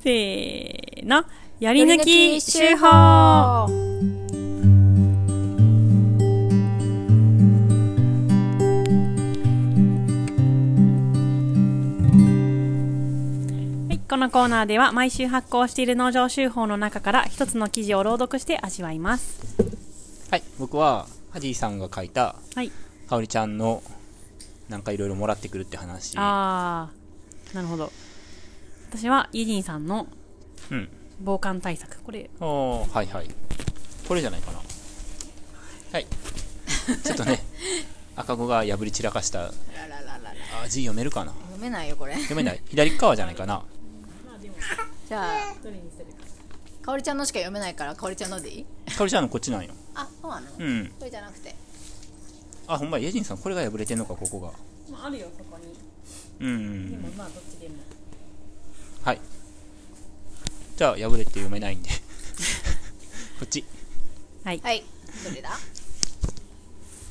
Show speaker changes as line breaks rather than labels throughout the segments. せーの、やり抜き手法はい、このコーナーでは毎週発行している農場手法の中から一つの記事を朗読して味わいます。
はい、僕はハジーさんが書いた
はい。
かおりちゃんのなんかいろいろもらってくるって話
あー、なるほど。私はイジンさんの
うん
防寒対策。これ、
おーはいはいこれじゃないかなはいちょっとね赤子が破り散らかした
ららららら
あ字読めるかな
読めないよこれ
読めない左側じゃないかな
じゃあかおりちゃんのしか読めないからかおりちゃんのでいい
かおりちゃんのこっちなんよ
あそうなの、こ
うん
れじゃなくて
あほんまやイェジンさんこれが破れてんのかここが
あるよ、そこに。
うんうん
まあ、どっちでも。
はいじゃあ破れて読めないんでこっち
はい。
はいどれだ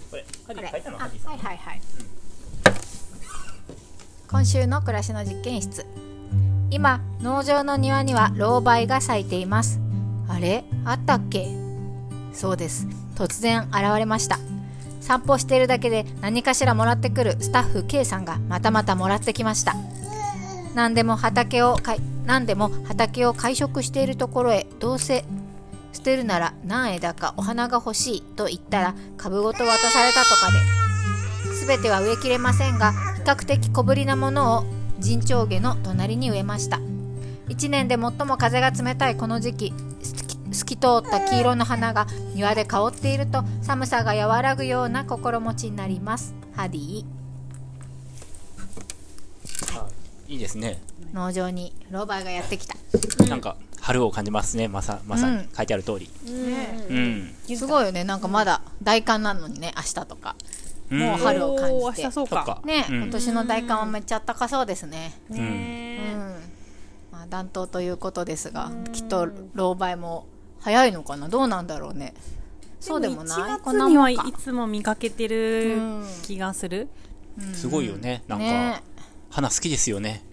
これハ
こ
ジ
れ
ー
あ
書いたの
は
ハ
い
ジーさん
はいはい、今週の暮らしの実験室今農場の庭には老梅が咲いていますあれあったっけそうです突然現れました散歩しているだけで何かしらもらってくるスタッフ K さんがまたまたもらってきました何でも畑をかい何でも畑を会食しているところへどうせ捨てるなら何枝かお花が欲しいと言ったら株ごと渡されたとかで全ては植えきれませんが比較的小ぶりなものを陣長下の隣に植えました1年で最も風が冷たいこの時期す透き通った黄色の花が庭で香っていると寒さが和らぐような心持ちになりますハディ
いいですね
農場にロバーがやってきた
なんか春を感じますねまさまさに
うん
書いてある通りうん、
すごいよねなんかまだ大寒なのにね明日とか
うん
もう春を感じて
おー明日そう
そっ
か。
か
ね、
うん
今年の大寒はめっちゃ暖かそうですね
ね
う
え。
んまあ、暖冬ということですがきっと老梅も早いのかなどうなんだろうねそうでもない
1
こ
月
んな
に
も
は
ん
い
か
つも見かけてる気がする。
すごいよねなんか、
ね
花好きですよね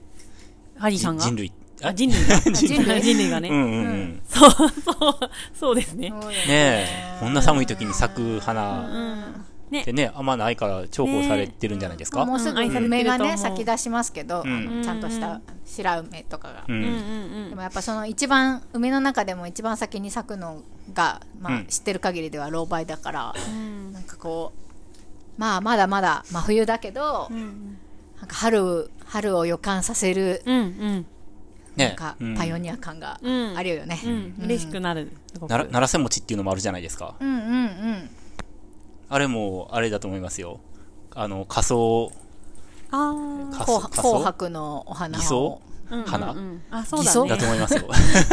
ハリーさんが。
人類
あ
あ
人類が。
人類
人類がね。
うんうんうん
そうそう、そうですね。
そうよ
ねえこんな寒い時に咲く花
ね
ってねあんまないから重宝されてるんじゃないですか、
もうすぐ
うん愛されてる
梅が
と思
ね
う
咲き出しますけど、あ
う
のちゃんとした白梅とかが、
うん
うんうん
でもやっぱその一番梅の中でも一番先に咲くのが、ま
う
あ、
ん
知ってる限りでは老梅だから、
ん
なんかこうまあまだまだ真冬だけど、
ん
なんか春春を予感させる
うん。うん
なん
ね
か
うん
パイオニア感が
うん
あるよね、
うん。うん。嬉しくなる。すごく
ならならせ餅っていうのもあるじゃないですか
うん、うんうんうん
あれもあれだと思いますよあの仮装
あ
仮
紅
装
白
仮
紅
装
白のお花
偽
を
装
あ。
花
うんうんうんあ、そうだね。
だと思いますよ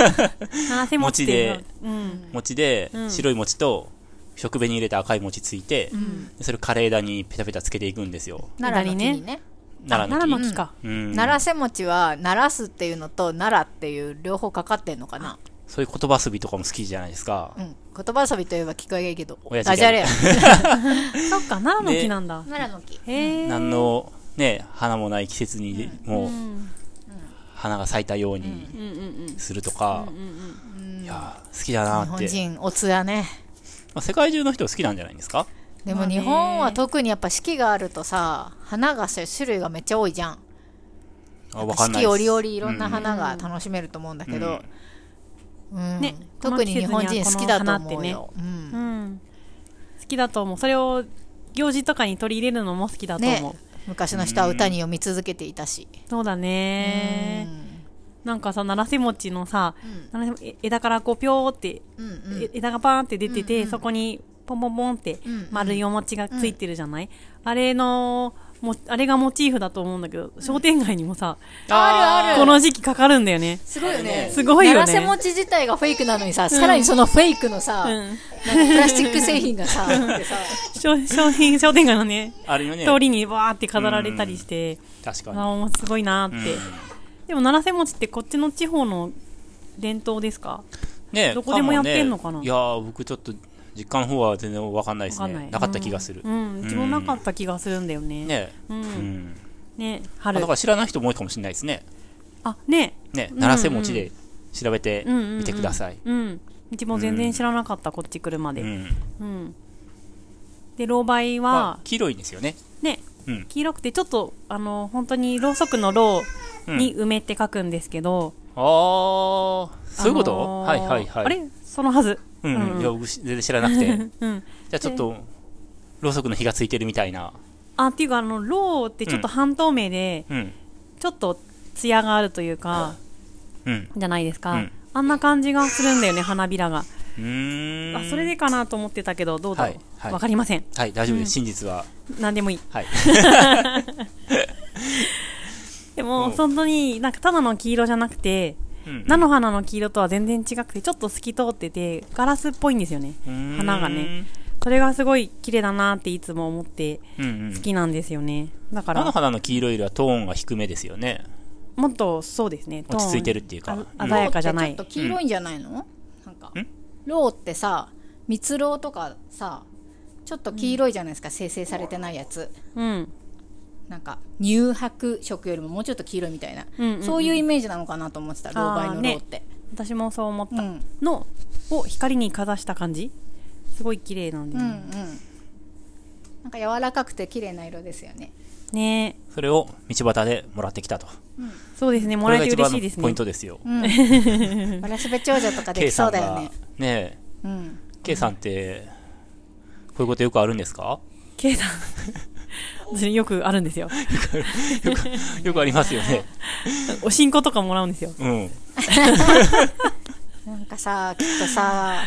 七瀬餅っていうのうん。
餅で、
ん
白い餅と食紅に入れた赤い餅ついて、でそれ枯れ枝にペタペタつけていくんですよ
奈良の木に
枝に
ね
奈良の
奈
木
良の木か。
うん
奈良瀬餅は奈良すっていうのと奈良っていう両方かかってんのかな、
そういう言葉遊びとかも好きじゃないですか、
うん、言葉遊びといえば聞こえがいいけど
親父
ダジャレや
そっか、奈良の木なんだ。
奈良の木
へえ。
何のね花もない季節にもう
うん
花が咲いたように
うんうん
するとか、いやー好きだな
日
ーっ
本
て、
人おつやね
まあ、世界中の人好きなんじゃないんですか
で
ま
も
あね
日本は特にやっぱ四季があるとさ花がさ種類がめっちゃ多いじゃん
あわか
四
んな
季
いです
折々いろんな
う
花が楽しめると思うんだけど、うん
ね
特に日本人好きだと思うよ、
うん。うん。好きだと思う。それを行事とかに取り入れるのも好きだ
うん
と思
ね
う。
昔の人は歌に読み続けていたし、
そうだねなんかさ、奈良瀬餅のさ、奈良瀬え枝からこう、ぴょーって、
うんうん
え枝がパーンって出てて、そこにポンポンポンって
んうん
丸いお餅がついてるじゃない、あれの、も、あれがモチーフだと思うんだけど、商店街にもさ、
あるある
この時期かかるんだよね。
すごいよね
すごいよね
奈良瀬餅自体がフェイクなのにさ、さらにそのフェイクのさ、
うん。
なんかプラスチック製品がさってさ
商商品、商店街のね、
あるよね
通りにわーって飾られたりして、
確か
ああ、もうすごいなーって。でも、奈良瀬餅ってこっちの地方の伝統ですか
にね
どこでもやってんのかな
もねいやー僕ちょっと実家の方は全然わかんないです
わ
ね
かん
な
ない
かった気がする、
うん、うちもなかった気がするんだよね。
ね
う。
うんん
ね、
あ
春
だか。ら知らない人も多いかもしれないですね
あね
ね、
うん
七瀬餅で調べて
うんうんうん
みてください。
うんうちも全然知らなかった、こっち来るまで
う
うん、
ん。
でロウバイ
まあ
は、
黄色いんですよね。
ね
うん。
黄色くてちょっとあの本当にろうそくのろ
う
うんに梅って書くんですけど、
あー、そういうこと、
あのー
はいはいはい。
あれそのはず
うん、
うん
いや、僕全然知らなくて。じ
うん
ゃあちょっと、ろうそくの火がついてるみたいな。
あっていうかあのろうってちょっと半透明で、
うん。
ちょっと艶があるというか
うん。
じゃないですか、
うん
あんな感じがするんだよね花びらが、
うーん。
あそれで。かなと思ってたけどどうだろう、
は
わ
いはい
かりません
はい、大丈夫です。真実は。
何でもいい
はい。
で
う
も
ん
本当になんかただの黄色じゃ なくて
うん
菜の花の黄色とは全然違くてちょっと透き通っててガラスっぽいんですよね花がね。それがすごい綺麗だなっていつも思って
うんうんうん。
好きなんですよねだか
菜の
ら
花の黄色よりはトーンが低めですよね。
もっとそうですね
落ち着いて
る
るっていうか。
あ
うん
鮮やかじゃない
ロウってちょっと黄色いんじゃないの、なんか
ん
ロウってさ蜜ロウとかさちょっと黄色いじゃないですか、生成されてないやつ
うん
なんか乳白色よりももうちょっと黄色いみたいな、
うんうんうん
そういうイメージなのかなと思ってたロウバイ
あー
の
ね
ロウって、
私もそう思っ
うん、う
た
ん
のを光にかざした感じすごい綺麗なんで
うん
ね
なんか柔らかくて綺麗な色ですよね
ね
それを道端でもらってきたと。
そうですねも
こ
ら
れ
えて
が一
嬉
番
しいです
のポイ
ね
ントですよ。
うんわらしべ長者とかで
K
きそ
さ
うんだよ
が。
ね
ねえ。
うん、
K さんって、こういうことよくあるんですか
K さん私よくあるんです よ
よくありますよね。
おしんことかもらうんですよ
うん。
なんかさきっとさ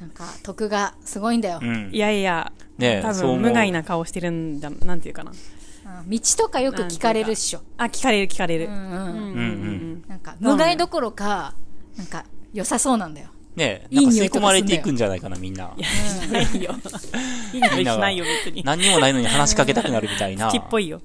なんか徳がすごいんだよ、
うん
い。やいや、
ねえ
多
そう思
分
う
無害な顔してるんじゃ、なんていうかな。
うん道とかよく聞かれるっしょ
あ、聞かれる聞かれる。
う
うん
んうん
うんう
う
んん
なんか無害どころかなんか良さそうなんだよ、
ねえ、
い
ないんか
匂
吸
い
い
とか
込ます
んだよ
れていくんじゃないかな、みんな。
うん。ない よ。いい匂いしないよ、別に。
何にもないのに話しかけたくなるみたいな。
ちっぽいよ。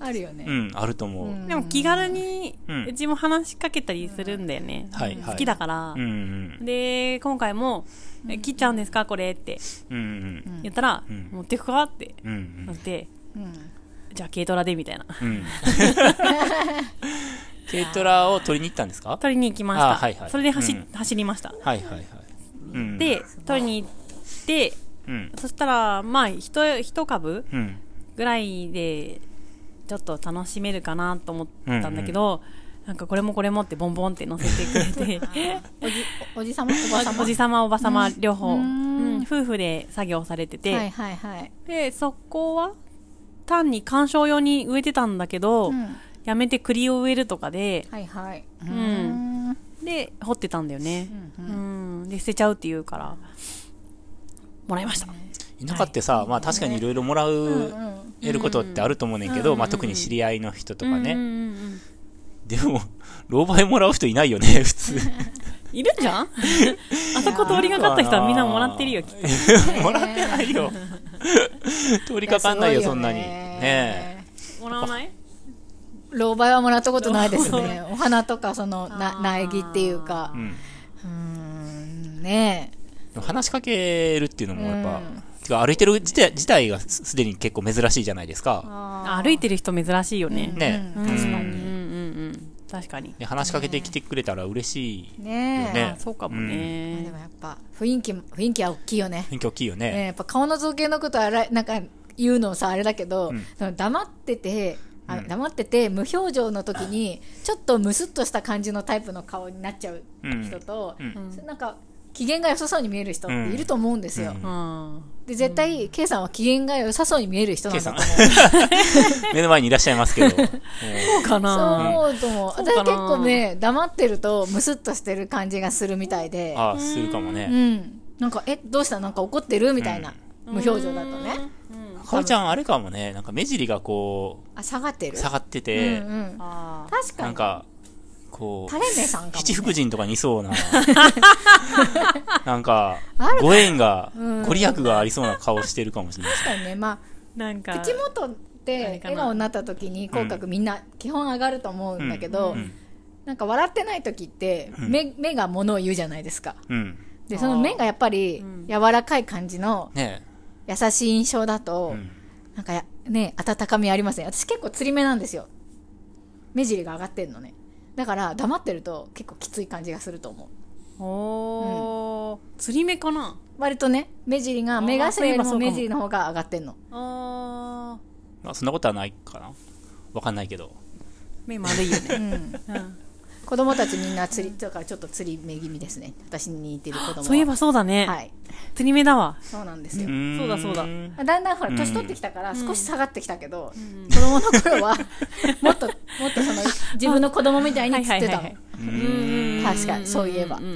あるよ
う
ね、
ん、あると思う。
うん
でも気軽に
うん、
うちも話しかけたりするんだよね。
はいはい
好きだから
うん。うん。
で、今回も、え切っちゃうんですかこれって
うんうん。
言ったら、
うん
持ってくかって
うんう
なっ
ん。
て、
うん
じゃあ軽トラでみたいな。
うん。軽トラを取りに行ったんですか
取りに行きました。
あはいはい
それで走,、
うん
走りました。
はいはいはい。うん、
で、取りに行って、
うん。
そしたら、まあ、ひと、一株
うん。
ぐらいでちょっと楽しめるかなと思ったんだけど、なんかこれもこれもってボンボンって乗せてくれて
おじおおじさまおばさま
おじさまおばさま両方、
う
うんん夫婦で作業されてて、
はいはいはい、
でそこは単に観賞用に植えてたんだけど、
うん、
やめて栗を植えるとかで
はいはいうん
で掘ってたんだよね、
う
うんんで捨てちゃうって言うからもらいました、
田舎ってさ、まあ確かにいろいろもらう、
うんうん
得ることってあると思うねんけど、まあ特に知り合いの人とかね。
うんうんうんうん
でも、老媒もらう人いないよね、普通。
いるんじゃんあそこ通りがかった人はみんなもらってるよきっと
もらってないよ。通りかかんないよ、そんなに。ね
え
もらわない
老媒はもらったことないですね お花とかそのな苗木っていうか
え。うん。
うーんね
でも話しかけるっていうのもやっぱ、
うん
てか歩いてる自体自体がすすでに結構珍しいじゃないです
え
か。
あ
歩いてる人珍しいよね。
ねえ。
うん
うん
確か
うんう
に
んうん。確かに。
で話しかけてきてくれたら嬉しい。
ねえ
ね
あそうかも
まあで
ね
も。やっぱ雰囲気も雰囲気は大きいよね
雰囲気大きいよ
ね
ね。
やっぱ顔の造形のことはあらなんか言うのさあれだけど、
うん
でも黙っててあ
うん
黙ってて無表情の時にちょっとムスッとした感じのタイプの顔になっちゃう人と、
うん
うん
なんか機嫌が良さそうに見える人っていると思うんですよ、
うん
うん。
で絶対 K さんは機嫌が良さそうに見える人なん
K
だと
さん
思う。
目の前にいらっしゃいますけど。もう
そうか
そう
な。
思うと思う
そう
私
かな
結構ね黙ってるとムスッとしてる感じがするみたいで
ああ、するかも
う
ね。
んなんかえどうしたなんか怒ってるみたいな、無表情だとね
うん。
かおりちゃん、あれかもね、なんか目尻がこ
あ下がって
う、
る
下がって
う
て
ん、うん、
ああ。
確かに
なんか、こ
タ
う、
レ目さんかも、ね、
七福神とかに いそうな、なんか
ある、
ご縁が
うん、
ご利益がありそうな顔してるかもしれないです。
確かにねま
なん
あ
か。
口元って笑顔になった時に口角みんな基本上がると思うんだけど、
うん
なんか笑ってない時って
うん
目目がものを言うじゃないですか
うん。
でその目がやっぱり
うん
柔らかい感じの
ね
優しい印象だ
え。
と、
うん
なんかやね温かみありますね私結構釣り目なんですよ目尻が上がってんのねだから黙ってると結構きつい感じがすると思う
おー、釣り目かな
割とね目尻が
あー
目頭より
そういえばそう
も
かも
目尻の方が上がってんの
あ
まあ、そんなことはないかなわかんないけど
ー目丸いよね
うん
うん
子供たちみんな釣りだからちょっと釣り目気味ですね私に似てる子供は
そういえばそうだね、
はい
釣り目だわ
そうなんですよ、
そうだそうだ
ん
だんだんほら
うん
年取ってきたから
ん
少し下がってきたけど、
ん
子供の頃はもっともっとその自分の子供みたいに釣ってたの、
はいはいはい
うん
確かにそういえば
うんうん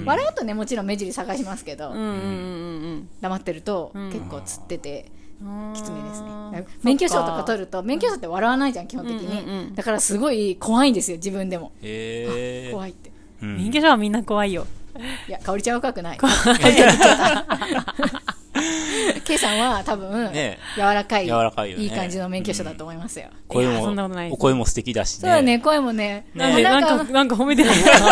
うん
笑うとねもちろん目尻探しますけど、
うんうんうん
黙ってると
うん
結構釣ってて
うんうん
きつめですね、免許証とか取
る
ると免許証って笑わないじゃん基本的に、
うんうんうん
だからすごい怖いんですよ自分でも
へえ
怖いって
うん
免許証はみんな怖いよ
いや香りちゃんは怖く ない香りちゃんは K さんは多分、
ね
柔らかい
柔らかいよね
い感じの免許証だと思いますよ、
声
いやそんなこと
も
ない
お声も素敵だしね
そうだね声もね
ね
なん
え
でな
な
んん
か
かなんか褒めてないかな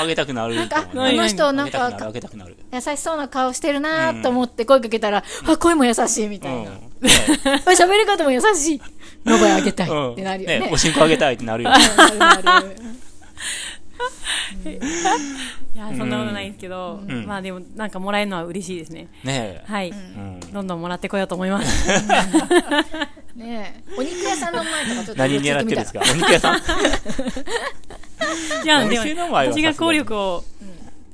あげたくなるかも
あ
ね
の人
あ
なん
げたくなる
か
あげたくなる
優しそうな顔してるなーと思って声かけたら、あ声も優しいみ
う
た
ん
いな、
ね
あ 喋り方も優しい名前あげたい
うん
ってなるよね,、
ねおしんこあげたいってなるよね
なるなる
いやそんなことないんですけど、
ん
まあでもなんかもらえるのは嬉しいですね
ねえ
はい、
うん
どんどんもらってこようと思い ます。
ねえお肉屋さんの前とかちょっと
何狙ってるんですかお肉屋さん
いや、
お
でも
店の、前は
私が効力を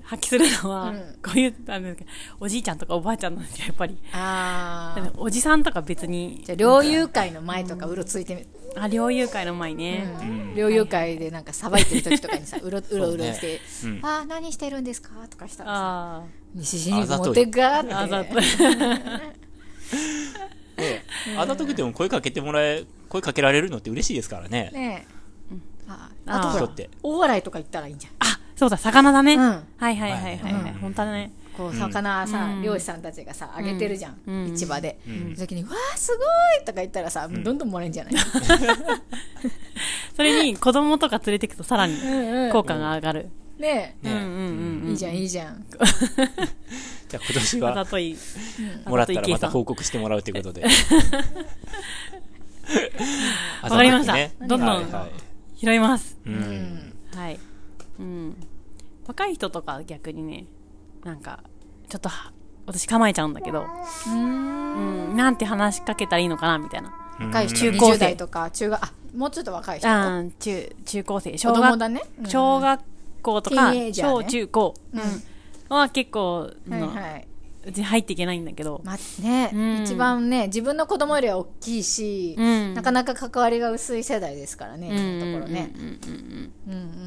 発揮するのは、
うん
こういう、あの、おじいちゃんとかおばあちゃんなんですよ、やっぱり。
あ
だ
あ
からおじさんとか別に
じゃ、あ猟友会の前とかうろついてみる、
あ、猟友会の前ね。
ん
猟友会でなんかさばいてる時とかにさ うろうろうろして、
そうねうん
ああ何してるんですかとかしたらさ
あ
西新肉持って
あ、
ガ
あ
ー
ざ
っ
と
て。
ねえあざとくても声かけてもらえ声かけられるのって嬉しいですからね
ねえあ
あー
あとほ
人
ら
って
大笑いとか言ったらいいんじゃん
あ、そうだ、魚だね。
うん
はいはいはいはいはい。
うん
本当だね。
こう魚さ、
うん
漁師さんたちがさあげてるじゃん、
うん
市場で、
ん
その時に「わあすごい!」とか言ったらさ、もうどんどんもらえんじゃない
それに子供とか連れてくとさらに
んうん
効果が上がる。
ね
うんうん
ね
うん
え、
うん。
いいじゃんいいじゃん
じゃあ今年
あざ
は
とい。
もら
あざ
ったら
とい計算
また報告してもらうということで
わ
あざ
か
と
り
く
ました
ね
どんどん
はいはい
拾います。
う
うんん
はい。うん。若い人とか逆にね、なんか、ちょっとは、私構えちゃうんだけど、うん、なんて話しかけたらいいのかな、みたいな。
若い人
中高生
20代とか中学あもうちょっと若い人か
うん、中、中高生、
子
小
供
学、
だね、うん
小学校とか、
ティーンエイジャーね
小中高、うん、は結構、
はい
の
はい、
うち入っていけないんだけど、
まね、
うん
一番ね自分の子供よりは大きいし、
うん
なかなか関わりが薄い世代ですからね、今のところね、
うんうん
うんう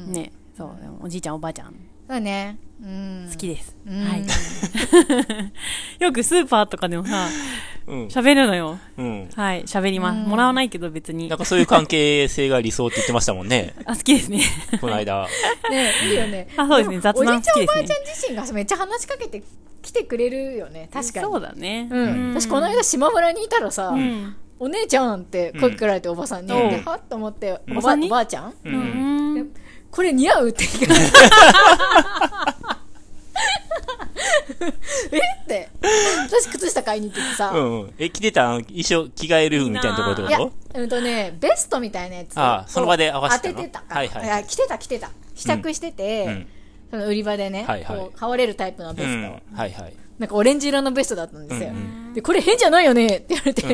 うんんね、そう、でもおじいちゃんおばあちゃん、
そうね、うん、
好きです。
うん
はい。よくスーパーとかでもさ、
うん
喋るのよ。
うん
はい、喋ります。もらわないけど別に
なん。かそういう関係性が理想って言ってましたもんね
あ、好きですね。
この間
ねいいよね
あそうですね
も
雑談
おじいちゃん
好
お
きですね
ばあちゃん自身がめっちゃ話しかけてきてくれるよね確かに
そうだね。
うん、私この間島村にいたらさ、
うん。
お姉ちゃんって声かけられておばさんに、
うん
ではっと思って、
ん
お
おば
ば
に
おばあち ゃん
う
うんん。
これ似合うって聞かれてえって私靴下買いに行っててさ、
うんうんえ着てたん衣装着替えるみたいなところって
いや
こと、
うんとね、ベストみたいなやつを
ああその場で合わせた
当
の
ててたから、
はいはいはい
や着てた着てた試着してて、
うん
その売り場でね、
はいはい
こう羽織れるタイプのベ
う
ス
ん
ト、
はいはい
なんかオレンジ色のベストだったんですよ、
うんう
でこれ変じゃないよねって言われて、
うん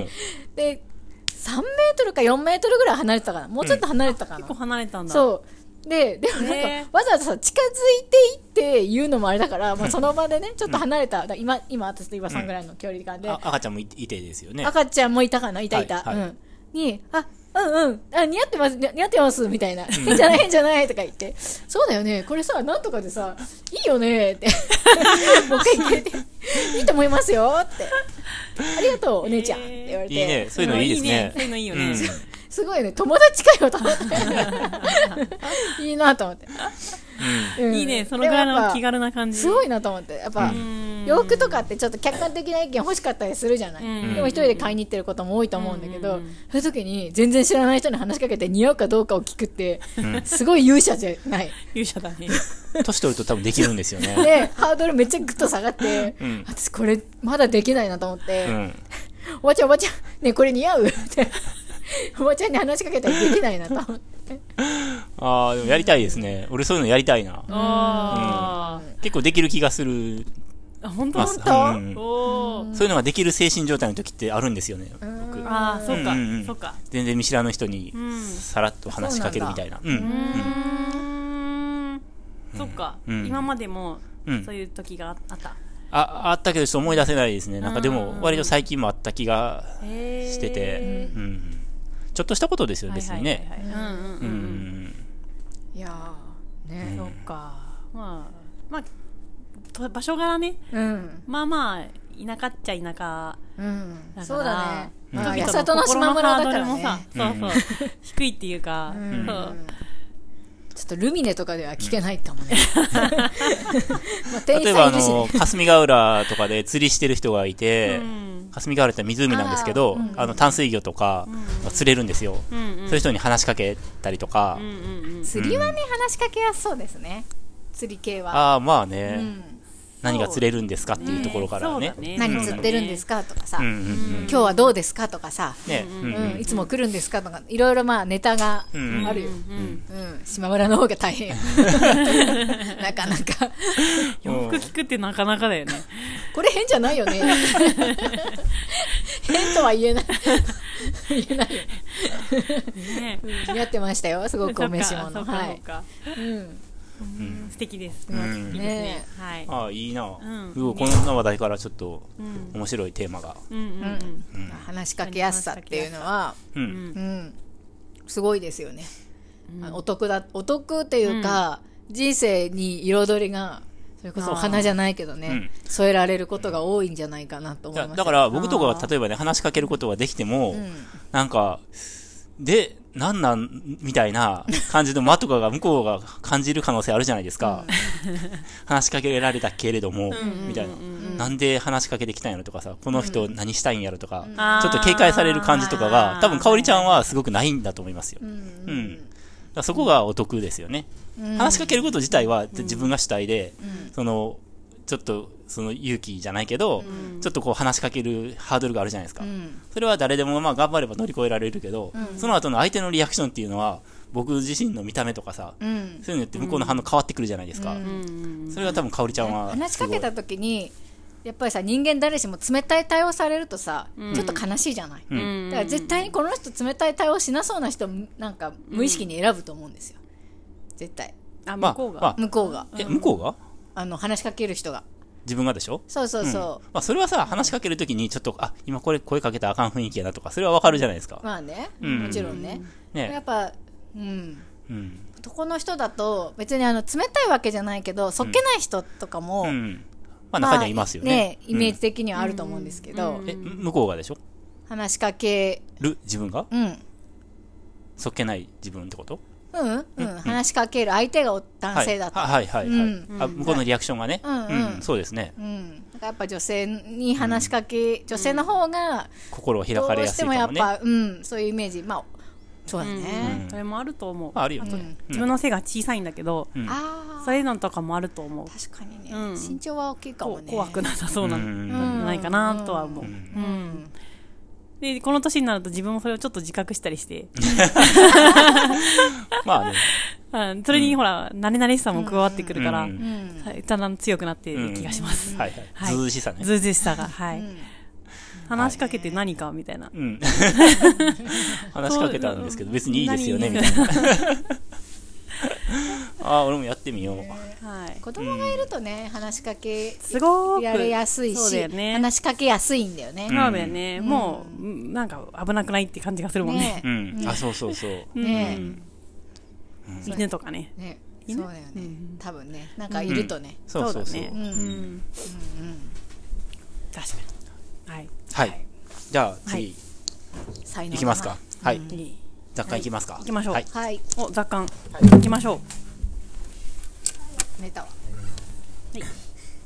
で3メートルか4メートルぐらい離れてたかなもうちょっと離れてたかな、
結構離れたんだ。う。
そうででもなんか、
ね
わざわざさ近づいていって言うのもあれだから、まあ、その場でねちょっと離れた、だから今今私と岩さんぐらいの距離感で、
あ赤ちゃんもいいてですよ ね
赤ちゃんもいたかないたいた、
はいはい
うん、に「あうんうんあ似合ってますに似合ってます」みたいな「変じゃない変じゃない」とか言って「そうだよねこれさなんとかでさいいよね」って もう一回聞いて「いいと思いますよ」って「ありがとうお姉ちゃん」って言われて
いいねそういうのいいですね
そういうのいいよね。
すごいね友達かよと思って いいなと思って、うん
いいね、そのぐらいの気軽な感じ。
すごいなと思ってやっぱ、
うん
洋服とかってちょっと客観的な意見欲しかったりするじゃない、
うん
でも一人で買いに行ってることも多いと思うんだけ
う
ど、
ん
そういう時に全然知らない人に話しかけて似合うかどうかを聞くって、すごい勇者じゃない
勇者だね。
うん年取ると多分できるんですよね
でハードルめっちゃグッと下がって、
うん
私これまだできないなと思って、
うん
おばちゃんおばちゃんねこれ似合うっておばちゃんに話しかけたりできないなと思って
ああ、でもやりたいですね。俺そういうのやりたいな。
あー
結構できる気がする。
あ本当
ま
本
す
当、
うん
おー
そういうのができる精神状態の時ってあるんですよね。僕。
ああそうか、
うんうん
そうか
全然見知らぬ人に
ん
さらっと話しかけるみたいな。うん。
うーんそっか、
うん
今までも
うん
そういう時があった、
ああったけど、ちょっと思い出せないですね。なんかで
うん
も、割と最近もあった気が
へー
してて。うん。ちょっとしたことですよ、別にね。
はいはいはいはいうんう
うん
うん、
ん。
いやーね
そっかまあまあと場所柄ね
うん
まあまあ田舎っちゃ田舎
うん
だから
そうだね
うん
まあ
人
八
々
里の島村だか
心
ら
のハ
ね
ードルもさそうそう、低いっていうか、
うん
そう
ちょっとルミネとかでは聞けないかもね まあ店員
例え
さ
ば、
んい
あ
るしね
の、霞ヶ浦とかで釣りしてる人がいて
うん、
霞ヶ浦って湖なんですけど、あの、淡水魚とか釣れるんですよ。
うんうん
そういう人に話しかけたりとか
う、んうんうん
釣りはね話しかけやすそうですね釣り系は
ああ、まあ
う
ね、
ん
何が釣れるんですかっていうところからね。
そうだね
何釣ってるんですかとかさ
うんう
今
んうん。
日はどうですかとかさ
ね、う
うん
うん
いつも来るんですかとかいろいろまあネタが
うん
あるよ
うん
うん島村の方が 大変よなかなか
洋服聞くってなかなかだよね
これ変じゃないよ ね変とは言えない言えないよ
ね
似合ってましたよすごくお召し
そ
物
うか
は
そう
い
か
うん
うん素敵です
う
ね
ん
ね
はい
ああ、いいな。
ん
すごいこんな話題からちょっと
うん
面白いテーマが。
うんうんうん
えまあ話しかけやすさっていうのは
うん
ん
うんすごいですよねあのお得だお得っていうか人生に彩りがそれこそお花じゃないけどね添えられることが多いんじゃないかなと思い
だ
ます
だから僕とかは例えばね、話しかけることができても、なんか、で、なんなんみたいな感じの間とかが向こうが感じる可能性あるじゃないですか。話しかけられたけれども、みたいな。なんで話しかけてきたんやろとかさ、この人何したいんやろとか、ちょっと警戒される感じとか
あ
が
ー、
多分香りちゃんはすごくないんだと思いますよ。
う
うんん。だからそこがお得ですよね。話しかけること自体は自分が主体で、その、ちょっと、その勇気じゃないけど、ちょっとこう話しかけるハードルがあるじゃないですか。
うん
それは誰でもまあ頑張れば乗り越えられるけど、その後の相手のリアクションっていうのは、僕自身の見た目とかさ、
うん
そういうのによって向こうの反応変わってくるじゃないですか。それが多分香りちゃんはすごい。
話しかけた時にやっぱりさ人間誰しも冷たい対応されるとさ、ちょっと悲しいじゃない、
ん
だから絶対にこの人冷たい対応しなそうな人なんか無意識に選ぶと思うんですよ絶対
あ向
まあ、
こう
ま
が
あ、
向こうが
え、向こうが
あの話しかける人が
自分がでしょ
そうそうそう、
まあ、それはさ、話しかけるときに、ちょっと、あ、今これ声かけたらあかん雰囲気やなとか、それはわかるじゃないですか。
まあね、
ん
もちろんね、や
ね
っ。ぱうん
うん。
男の人だと別にあの冷たいわけじゃないけどそっけない人とかも、
うん。まあ、中にはいますよね。
イメージ的にはあると思うんですけど、
うんえ、向こうがでしょ
話しかけ
る自分が
うん
そっけない自分ってこと
うんうん、話しかける相手がお男性だと、
はいはいはい、はい
うん
あ向こうのリアクションがね、
うんうん
そうですね
うん、だからやっぱ女性に話しかけ、女性の方が
心を開
ど
かれ
う
や
し
す
て
い
もや
かも
っ
ね
ぱ、うん、そういうイメージまあそうだね、
うんそれもあると思う
まあ、あるよね、
自分の背が小さいんだけど
うん
あ
そういうのとかもあると思う
あ確かにね、
うん
身長は大きいかも
こ
ね
怖くなさそうな
うん
じ
うん
ゃないかなとは思う
うん
うん
でこの年になると自分もそれをちょっと自覚したりして
まあね
うんそれにほら慣れ慣れしさも加わってくるから
うん
うん
はいだんだん強くなっている気がします
はいはい、
はい
ずうずうしさね
ずうずうしさがはい話しかけて何かみたいな
うん 話しかけたんですけど別にいいですよねみたいなああ俺もやってみよう、
はい
子供がいるとね話しかけ
すごーく
やれやすい
そう
し、
だよね
話しかけやすいんだよね、
そうだよね、もううんなんか危なくないって感じがするもんね
ね
うんあそうそうそう、
ね
うん犬とかね
ね
いい
そ
ね
うだよね、多分ねなんかいるとね、
そうそうそう
そうだね
うん
うん確かにはい
はいじゃあ次、
はい
い、
才能だな
きますかはい、
次
雑貨いきますか、
いきましょう
はい、
はい
お雑感いきましょう
ネタは
はい